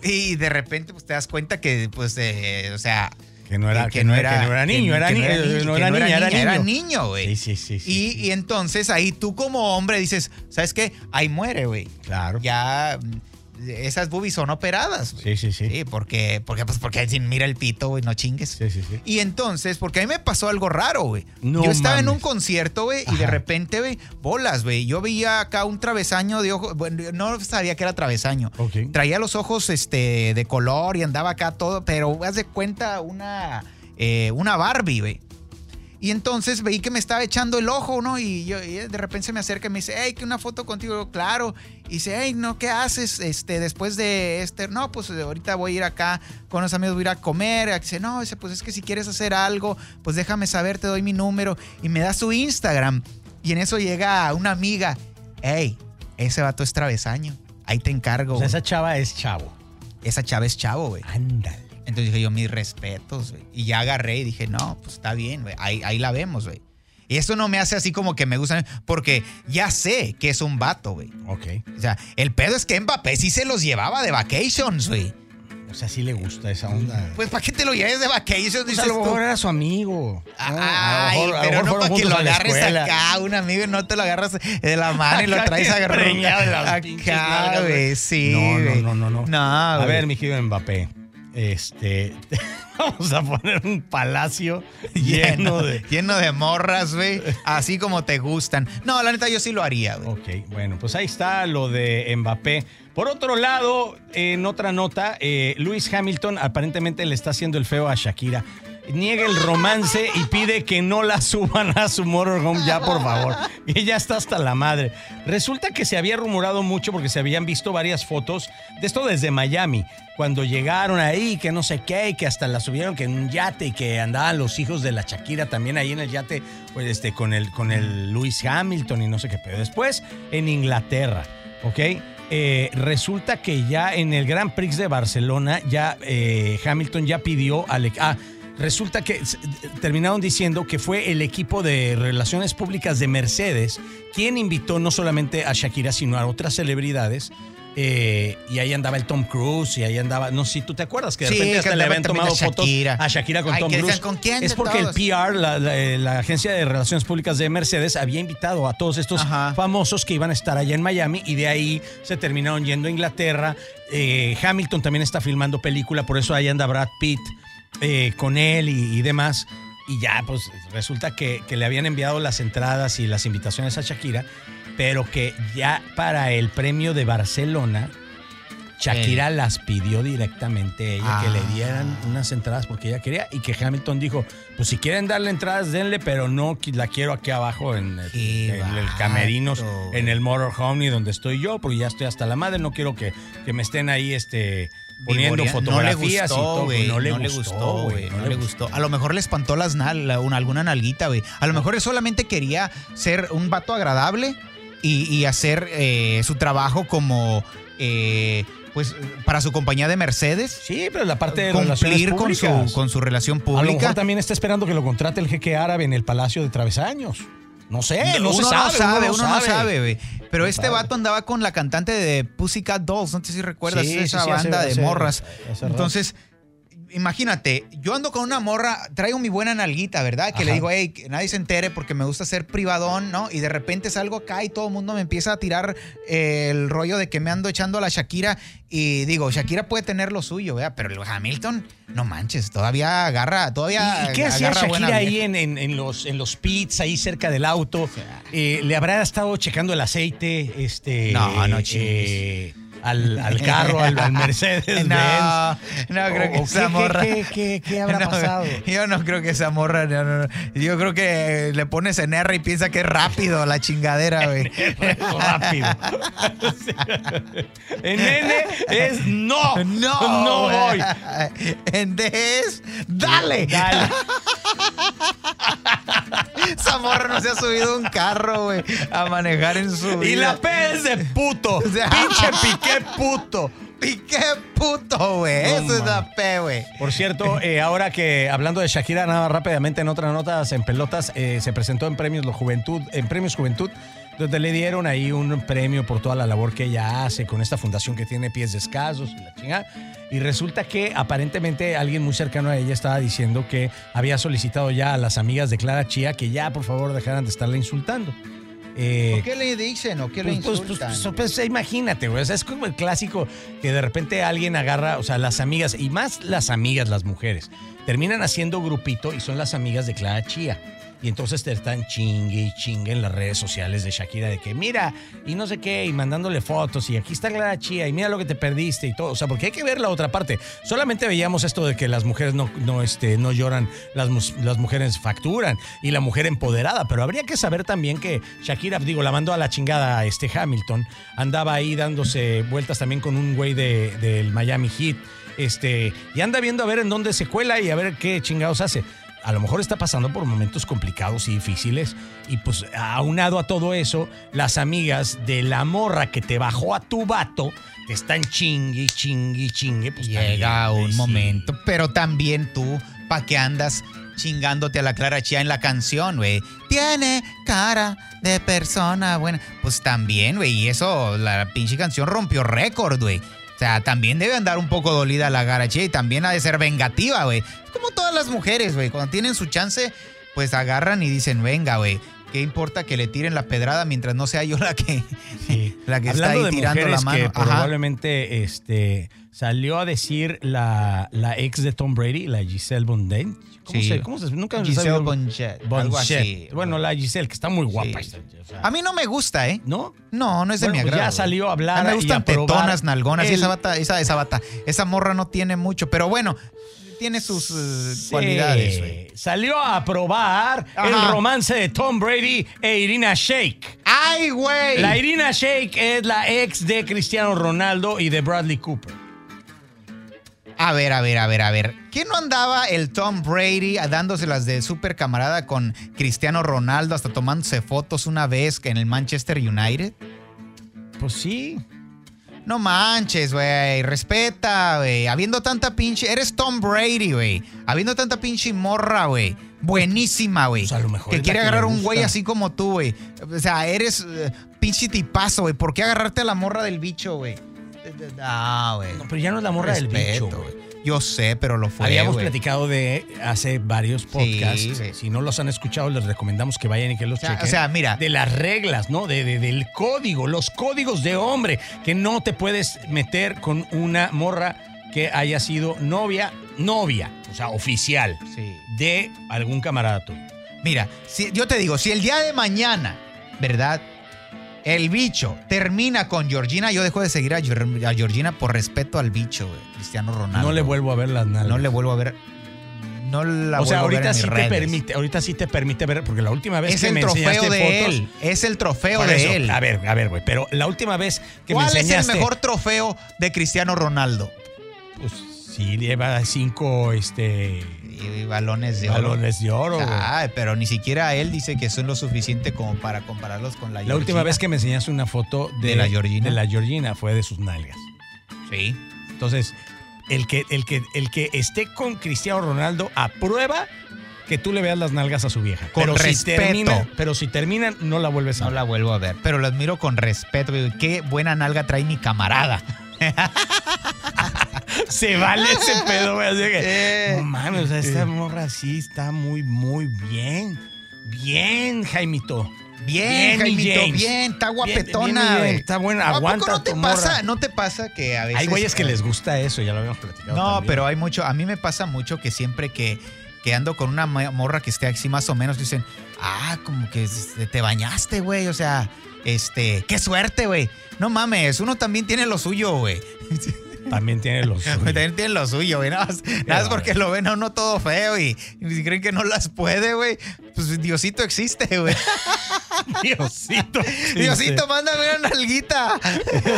Speaker 2: y de repente pues, te das cuenta que, pues, eh, o sea,
Speaker 1: que no era, que no era, que no era niño,
Speaker 2: eh, que-
Speaker 1: era
Speaker 2: que
Speaker 1: niño, eh, no era
Speaker 2: que
Speaker 1: niña, era
Speaker 2: era
Speaker 1: niño.
Speaker 2: niño, güey.
Speaker 1: Sí, sí, sí, sí,
Speaker 2: y,
Speaker 1: sí.
Speaker 2: y entonces ahí tú como hombre dices, ¿sabes qué? Ahí muere, güey.
Speaker 1: Claro.
Speaker 2: Ya mm, esas boobies son operadas,
Speaker 1: Sí,
Speaker 2: güey.
Speaker 1: sí, sí.
Speaker 2: Sí, porque, porque, pues porque dicen, mira el pito, güey, no chingues.
Speaker 1: Sí, sí, sí.
Speaker 2: Y entonces, porque a mí me pasó algo raro, güey.
Speaker 1: No
Speaker 2: yo estaba en
Speaker 1: mames.
Speaker 2: un concierto, güey, y
Speaker 1: Ajá.
Speaker 2: de repente, güey, bolas, güey. Yo veía acá un travesaño de ojos. Bueno, yo no sabía que era travesaño.
Speaker 1: Ok.
Speaker 2: Traía los ojos este, de color y andaba acá todo, pero haz de cuenta una, eh, una Barbie, güey. Y entonces veí que me estaba echando el ojo, ¿no? Y yo y de repente se me acerca y me dice, hey, que una foto contigo, Yo, claro. Y dice, hey, no, ¿qué haces este, después de este? No, pues ahorita voy a ir acá con los amigos, voy a ir a comer. Y dice, no, dice, pues es que si quieres hacer algo, pues déjame saber, te doy mi número. Y me da su Instagram. Y en eso llega una amiga, hey, ese vato es travesaño. Ahí te encargo.
Speaker 1: O sea,
Speaker 2: güey.
Speaker 1: Pues, esa chava es chavo.
Speaker 2: Esa chava es chavo, güey.
Speaker 1: Ándale.
Speaker 2: Entonces dije yo, mis respetos, güey. Y ya agarré y dije, no, pues está bien, güey. Ahí, ahí la vemos, güey. Y eso no me hace así como que me gusta, porque ya sé que es un vato, güey.
Speaker 1: Ok.
Speaker 2: O sea, el pedo es que Mbappé sí se los llevaba de vacations, güey.
Speaker 1: O sea, sí le gusta esa onda.
Speaker 2: Pues, ¿para qué te lo lleves de vacations?
Speaker 1: O sea,
Speaker 2: Dices
Speaker 1: a lo
Speaker 2: tú?
Speaker 1: mejor era su amigo. ¿no? A lo
Speaker 2: Ay,
Speaker 1: mejor- a lo mejor
Speaker 2: pero no
Speaker 1: fueron
Speaker 2: para que
Speaker 1: juntos
Speaker 2: lo
Speaker 1: a la
Speaker 2: agarres
Speaker 1: escuela.
Speaker 2: acá, un amigo, y no te lo agarras de la mano y lo
Speaker 1: Acá
Speaker 2: traes
Speaker 1: bien preñado en las
Speaker 2: agarrado
Speaker 1: pinches nalgas,
Speaker 2: acá, güey.
Speaker 1: güey.
Speaker 2: Sí,
Speaker 1: No, no,
Speaker 2: güey.
Speaker 1: no, no, no.
Speaker 2: No,
Speaker 1: A
Speaker 2: güey.
Speaker 1: ver, mi querido Mbappé, este, *laughs* vamos a poner un
Speaker 2: *laughs*
Speaker 1: palacio lleno de...
Speaker 2: lleno de morras, güey. Así como te gustan. No, la neta, yo sí lo haría, güey.
Speaker 1: Ok, bueno, pues ahí está lo de Mbappé. Por otro lado, en otra nota, eh, Lewis Hamilton aparentemente le está haciendo el feo a Shakira. Niega el romance y pide que no la suban a su motorhome ya, por favor. *laughs* Y ya está hasta la madre. Resulta que se había rumorado mucho porque se habían visto varias fotos de esto desde Miami, cuando llegaron ahí, que no sé qué, y que hasta la subieron que en un yate y que andaban los hijos de la Shakira también ahí en el yate, pues este, con el, con el Lewis Hamilton y no sé qué. Pero después en Inglaterra, ¿ok? Eh, resulta que ya en el Grand Prix de Barcelona, ya eh, Hamilton ya pidió al equ- ah, resulta que s- terminaron diciendo que fue el equipo de relaciones públicas de Mercedes quien invitó no solamente a Shakira, sino a otras celebridades. eh, y ahí andaba el Tom Cruise y ahí andaba, no sé si tú te acuerdas que de
Speaker 2: Sí,
Speaker 1: repente
Speaker 2: que
Speaker 1: hasta le
Speaker 2: andaba
Speaker 1: habían
Speaker 2: también la
Speaker 1: tomado fotos
Speaker 2: Shakira.
Speaker 1: a Shakira con
Speaker 2: Ay,
Speaker 1: Tom
Speaker 2: que decían,
Speaker 1: Cruel.
Speaker 2: ¿con quién de
Speaker 1: es porque
Speaker 2: todos?
Speaker 1: el PR, la, la- la agencia de relaciones públicas de Mercedes, había invitado a todos estos
Speaker 2: Ajá.
Speaker 1: famosos que iban a estar allá en Miami y de ahí se terminaron yendo a Inglaterra. Eh, Hamilton también está filmando película, por eso ahí anda Brad Pitt eh, con él y, y demás. y ya, pues resulta que, que le habían enviado las entradas y las invitaciones a Shakira, pero que ya para el premio de Barcelona, Shakira las pidió directamente ella que le dieran
Speaker 2: Ah.
Speaker 1: unas entradas porque ella quería y que Hamilton dijo, pues si quieren darle entradas, denle, pero no qui- la quiero aquí abajo en el,
Speaker 2: Qué
Speaker 1: en el
Speaker 2: vato,
Speaker 1: camerinos,
Speaker 2: güey.
Speaker 1: en el motorhome y donde estoy yo, porque ya estoy hasta la madre, no quiero que, que me estén ahí este poniendo
Speaker 2: Vivorea-
Speaker 1: fotografías y todo,
Speaker 2: güey,
Speaker 1: no le gustó, güey,
Speaker 2: No, le gustó. A lo mejor le espantó las nal- la- una- alguna nalguita, güey. A lo mejor él solamente quería ser un vato agradable y, y hacer eh, su trabajo como, eh, pues, para su compañía de Mercedes.
Speaker 1: Sí, pero la parte de
Speaker 2: cumplir
Speaker 1: relaciones
Speaker 2: con su,
Speaker 1: públicas.
Speaker 2: con su relación
Speaker 1: A lo mejor
Speaker 2: pública.
Speaker 1: también está esperando que lo contrate el jeque árabe en el Palacio de Travesaños. No sé, Eh, no, se
Speaker 2: uno
Speaker 1: sabe,
Speaker 2: no sabe,
Speaker 1: no
Speaker 2: uno no sabe, güey. Pero
Speaker 1: No
Speaker 2: este
Speaker 1: sabe.
Speaker 2: vato andaba con la cantante de Pussycat Dolls, no sé si recuerdas
Speaker 1: Sí,
Speaker 2: esa
Speaker 1: sí, sí, hace-
Speaker 2: banda de
Speaker 1: hace-
Speaker 2: morras.
Speaker 1: hace rato.
Speaker 2: Entonces, imagínate, yo ando con una morra, traigo mi buena nalguita, ¿verdad? Que le
Speaker 1: Ajá.
Speaker 2: digo, hey, que nadie se entere porque me gusta ser privadón, ¿no? Y de repente salgo acá y todo el mundo me empieza a tirar eh, el rollo de que me ando echando a la Shakira. Y digo, Shakira puede tener lo suyo, ¿verdad? Pero el Hamilton, no manches, todavía agarra, todavía.
Speaker 1: ¿Y, y qué hacía
Speaker 2: agarra buena
Speaker 1: Shakira
Speaker 2: vieja.
Speaker 1: ahí en, en- en los, en los pits, ahí cerca del auto? Eh, ¿Le habrá estado checando el aceite este,
Speaker 2: No, no
Speaker 1: eh,
Speaker 2: chingues.
Speaker 1: al, al carro, al,
Speaker 2: *laughs*
Speaker 1: al Mercedes
Speaker 2: *laughs* No, no
Speaker 1: Benz?
Speaker 2: creo que
Speaker 1: ¿O
Speaker 2: esa
Speaker 1: Oh, qué-
Speaker 2: morra.
Speaker 1: qué, qué- qué habrá
Speaker 2: *laughs* No,
Speaker 1: pasado?
Speaker 2: Yo no creo que esa morra. no, no, no. Yo creo que le pones en R y piensa que es rápido
Speaker 1: *laughs*
Speaker 2: la chingadera, güey.
Speaker 1: Rápido. en N es no.
Speaker 2: *laughs* No,
Speaker 1: No voy.
Speaker 2: güey. En D es
Speaker 1: *laughs*
Speaker 2: dale.
Speaker 1: Dale.
Speaker 2: Esa morra no se ha subido a un carro, güey, a manejar en su vida.
Speaker 1: Y la P es de
Speaker 2: *laughs*
Speaker 1: puto.
Speaker 2: sea,
Speaker 1: Pinche piqué puto.
Speaker 2: ¿Y qué puto, güey?
Speaker 1: No,
Speaker 2: Eso es
Speaker 1: man.
Speaker 2: la P, güey.
Speaker 1: Por cierto, eh, ahora que hablando de Shakira, nada más rápidamente en otras notas en pelotas, eh, se presentó en premios la Juventud, en premios Juventud, donde le dieron ahí un premio por toda la labor que ella hace con esta fundación que tiene pies descalzos y la chingada. Y resulta que aparentemente alguien muy cercano a ella estaba diciendo que había solicitado ya a las amigas de Clara Chía que ya por favor dejaran de estarla insultando. Eh,
Speaker 2: ¿Por qué le dicen o qué le
Speaker 1: pues, pues, pues,
Speaker 2: insultan?
Speaker 1: pues, pues, imagínate, güey. O sea, es como el clásico que de repente alguien agarra, o sea, las amigas, y más las amigas, las mujeres, terminan haciendo grupito y son las amigas de Clara Chía. Y entonces te están chingue y chingue en las redes sociales de Shakira de que mira, y no sé qué, y mandándole fotos, y aquí está Clara Chía, y mira lo que te perdiste y todo. O sea, porque hay que ver la otra parte. Solamente veíamos esto de que las mujeres no, no, este, no lloran, las, mus- las mujeres facturan, y la mujer empoderada. Pero habría que saber también que Shakira, digo, la mandó a la chingada este Hamilton, andaba ahí dándose vueltas también con un güey de- del Miami Heat, este, y anda viendo a ver en dónde se cuela y a ver qué chingados hace. A lo mejor está pasando por momentos complicados y difíciles. Y pues aunado a todo eso, las amigas de la morra que te bajó a tu vato te están chingue, chingue, chingue. Pues
Speaker 2: Llega
Speaker 1: también,
Speaker 2: un
Speaker 1: sí.
Speaker 2: momento, pero también tú, ¿pa' qué andas chingándote a la Clara Chía en la canción, güey? Tiene cara de persona buena. Pues también, güey, y eso, la pinche canción rompió récord, güey. O sea, también debe andar un poco dolida la Clara Chía y también ha de ser vengativa, güey. Es como todas las mujeres, güey, cuando tienen su chance, pues agarran y dicen, venga, güey. ¿Qué importa que le tiren la pedrada mientras no sea yo la que,
Speaker 1: *laughs* Sí.
Speaker 2: la que está ahí
Speaker 1: Hablando de
Speaker 2: tirando la
Speaker 1: mujeres
Speaker 2: mano?
Speaker 1: que probablemente este, salió a decir la, la ex de Tom Brady, la Giselle Bondent. ¿Cómo
Speaker 2: Sí.
Speaker 1: se, cómo se- nunca se
Speaker 2: Giselle
Speaker 1: sabe-
Speaker 2: Bonchet. algo
Speaker 1: Bonchet.
Speaker 2: así.
Speaker 1: Bueno, la Giselle, que está muy guapa.
Speaker 2: Sí.
Speaker 1: O sea,
Speaker 2: A mí no me gusta, ¿eh?
Speaker 1: ¿No?
Speaker 2: No, no es de
Speaker 1: Bueno,
Speaker 2: mi
Speaker 1: pues
Speaker 2: agrado.
Speaker 1: ya salió a hablar
Speaker 2: A mí me
Speaker 1: y
Speaker 2: gustan
Speaker 1: a probar
Speaker 2: tetonas, nalgonas. Y
Speaker 1: el-
Speaker 2: esa bata, esa, esa bata, esa morra no tiene mucho. Pero bueno, tiene sus eh,
Speaker 1: Sí.
Speaker 2: cualidades, güey.
Speaker 1: Salió a probar
Speaker 2: Ajá.
Speaker 1: el romance de Tom Brady e Irina Shayk.
Speaker 2: ¡Ay,
Speaker 1: La
Speaker 2: güey!
Speaker 1: Irina Shayk es la ex de Cristiano Ronaldo y de Bradley Cooper.
Speaker 2: A ver, a ver, a ver, a ver. ¿Qué no andaba el Tom Brady dándoselas de super camarada con Cristiano Ronaldo hasta tomándose fotos una vez que en el Manchester United?
Speaker 1: Pues sí.
Speaker 2: No manches, güey. Respeta, güey. Habiendo tanta pinche. Eres Tom Brady, güey. Habiendo tanta pinche morra, güey. Buenísima, güey.
Speaker 1: Pues a lo mejor es
Speaker 2: Que
Speaker 1: la
Speaker 2: quiere
Speaker 1: que
Speaker 2: agarrar
Speaker 1: le
Speaker 2: un
Speaker 1: gusta.
Speaker 2: güey así como tú, güey. O sea, eres eh, pinche tipazo, güey. ¿Por qué agarrarte a la morra del bicho, güey? Ah, güey.
Speaker 1: No, pero ya no es la morra del
Speaker 2: Respeto,
Speaker 1: bicho. güey.
Speaker 2: güey. Yo sé, pero lo fue.
Speaker 1: Habíamos
Speaker 2: güey.
Speaker 1: platicado de hace varios podcasts.
Speaker 2: güey.
Speaker 1: si no los han escuchado, les recomendamos que vayan y que los
Speaker 2: O sea,
Speaker 1: chequen.
Speaker 2: o sea, mira.
Speaker 1: de las reglas, ¿no? De, de- del código, los códigos de hombre, que no te puedes meter con una morra que haya sido novia, novia, o sea, oficial
Speaker 2: Sí.
Speaker 1: de algún camarada tuyo.
Speaker 2: Mira, si, yo te digo, si el día de mañana, ¿verdad? El bicho termina con Georgina, yo dejo de seguir a, Gior- a Georgina por respeto al bicho, güey, Cristiano Ronaldo.
Speaker 1: No le vuelvo a ver las nalgas.
Speaker 2: No le vuelvo a ver. No la
Speaker 1: o sea,
Speaker 2: vuelvo a ver
Speaker 1: ahorita
Speaker 2: en mis
Speaker 1: sí te
Speaker 2: redes.
Speaker 1: permite, ahorita sí te permite ver, porque la última vez
Speaker 2: Es
Speaker 1: que
Speaker 2: el
Speaker 1: me
Speaker 2: trofeo
Speaker 1: enseñaste
Speaker 2: de
Speaker 1: fotos-
Speaker 2: él. Es el trofeo
Speaker 1: Por
Speaker 2: de
Speaker 1: eso,
Speaker 2: él.
Speaker 1: A ver, a ver, güey, pero la última vez que me
Speaker 2: ¿Cuál es el
Speaker 1: enseñaste
Speaker 2: mejor trofeo de Cristiano Ronaldo?
Speaker 1: Pues sí, lleva cinco este,
Speaker 2: Y balones de oro. Ah,
Speaker 1: balones de oro. güey.
Speaker 2: Ay, pero ni siquiera él dice que son lo suficiente como para compararlos con la
Speaker 1: la última vez que me enseñaste una foto de,
Speaker 2: ¿De la Georgina?
Speaker 1: de la Georgina fue de sus nalgas.
Speaker 2: Sí.
Speaker 1: Entonces, el que, el que, el que esté con Cristiano Ronaldo aprueba que tú le veas las nalgas a su vieja.
Speaker 2: Con
Speaker 1: pero Si
Speaker 2: respeto.
Speaker 1: termina- pero si terminan, no la vuelves a
Speaker 2: No
Speaker 1: ver.
Speaker 2: la vuelvo a ver, pero lo admiro con respeto. güey. Qué buena nalga trae mi camarada.
Speaker 1: *laughs* Se vale ese pedo, güey. Así que,
Speaker 2: Eh.
Speaker 1: no mames, o sea, esta
Speaker 2: Eh.
Speaker 1: morra sí está muy, muy bien. Bien, Jaimito.
Speaker 2: Bien,
Speaker 1: Bien, mi
Speaker 2: Jaimito,
Speaker 1: James.
Speaker 2: bien, está
Speaker 1: Bien, bien,
Speaker 2: guapetona.
Speaker 1: bien,
Speaker 2: güey.
Speaker 1: Está buena,
Speaker 2: ¿A poco
Speaker 1: aguanta
Speaker 2: no te
Speaker 1: tu morra.
Speaker 2: pasa, no te pasa que a veces
Speaker 1: Hay güeyes que
Speaker 2: eh,
Speaker 1: les gusta eso, ya lo habíamos platicado.
Speaker 2: No,
Speaker 1: también.
Speaker 2: pero hay mucho. A mí me pasa mucho que siempre que, que ando con una ma- morra que esté así más o menos, dicen, ah, como que este, te bañaste, güey. O sea, este, qué suerte, güey. No mames, uno también tiene lo suyo, güey.
Speaker 1: También tiene
Speaker 2: *laughs*
Speaker 1: los. suyos.
Speaker 2: También tiene lo suyo, güey. Nada más, nada más
Speaker 1: bárbaro.
Speaker 2: porque lo ven a uno todo feo y, y creen que no las puede, güey. Pues Diosito existe, güey.
Speaker 1: *laughs* Diosito.
Speaker 2: *laughs* Diosito, mándame una nalguita.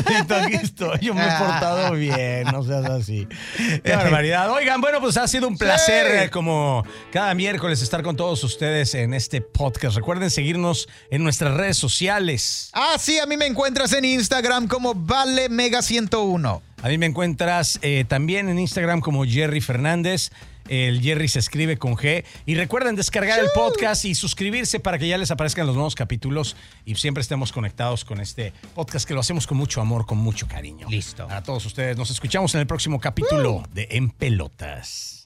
Speaker 1: Diosito, aquí estoy. Yo
Speaker 2: Ah.
Speaker 1: me he portado bien, no seas
Speaker 2: *laughs*
Speaker 1: así. Qué barbaridad. Oigan, bueno, pues ha sido un placer,
Speaker 2: Sí.
Speaker 1: eh, como cada miércoles, estar con todos ustedes en este podcast. Recuerden seguirnos en nuestras redes sociales.
Speaker 2: Ah, sí, a mí me encuentras en Instagram como ValeMega101.
Speaker 1: A mí me encuentras eh, también en Instagram como Jerry Fernández. El Jerry se escribe con G. Y recuerden descargar el podcast y suscribirse para que ya les aparezcan los nuevos capítulos y siempre estemos conectados con este podcast que lo hacemos con mucho amor, con mucho cariño.
Speaker 2: Listo.
Speaker 1: Para todos ustedes, nos escuchamos en el próximo capítulo de En Pelotas.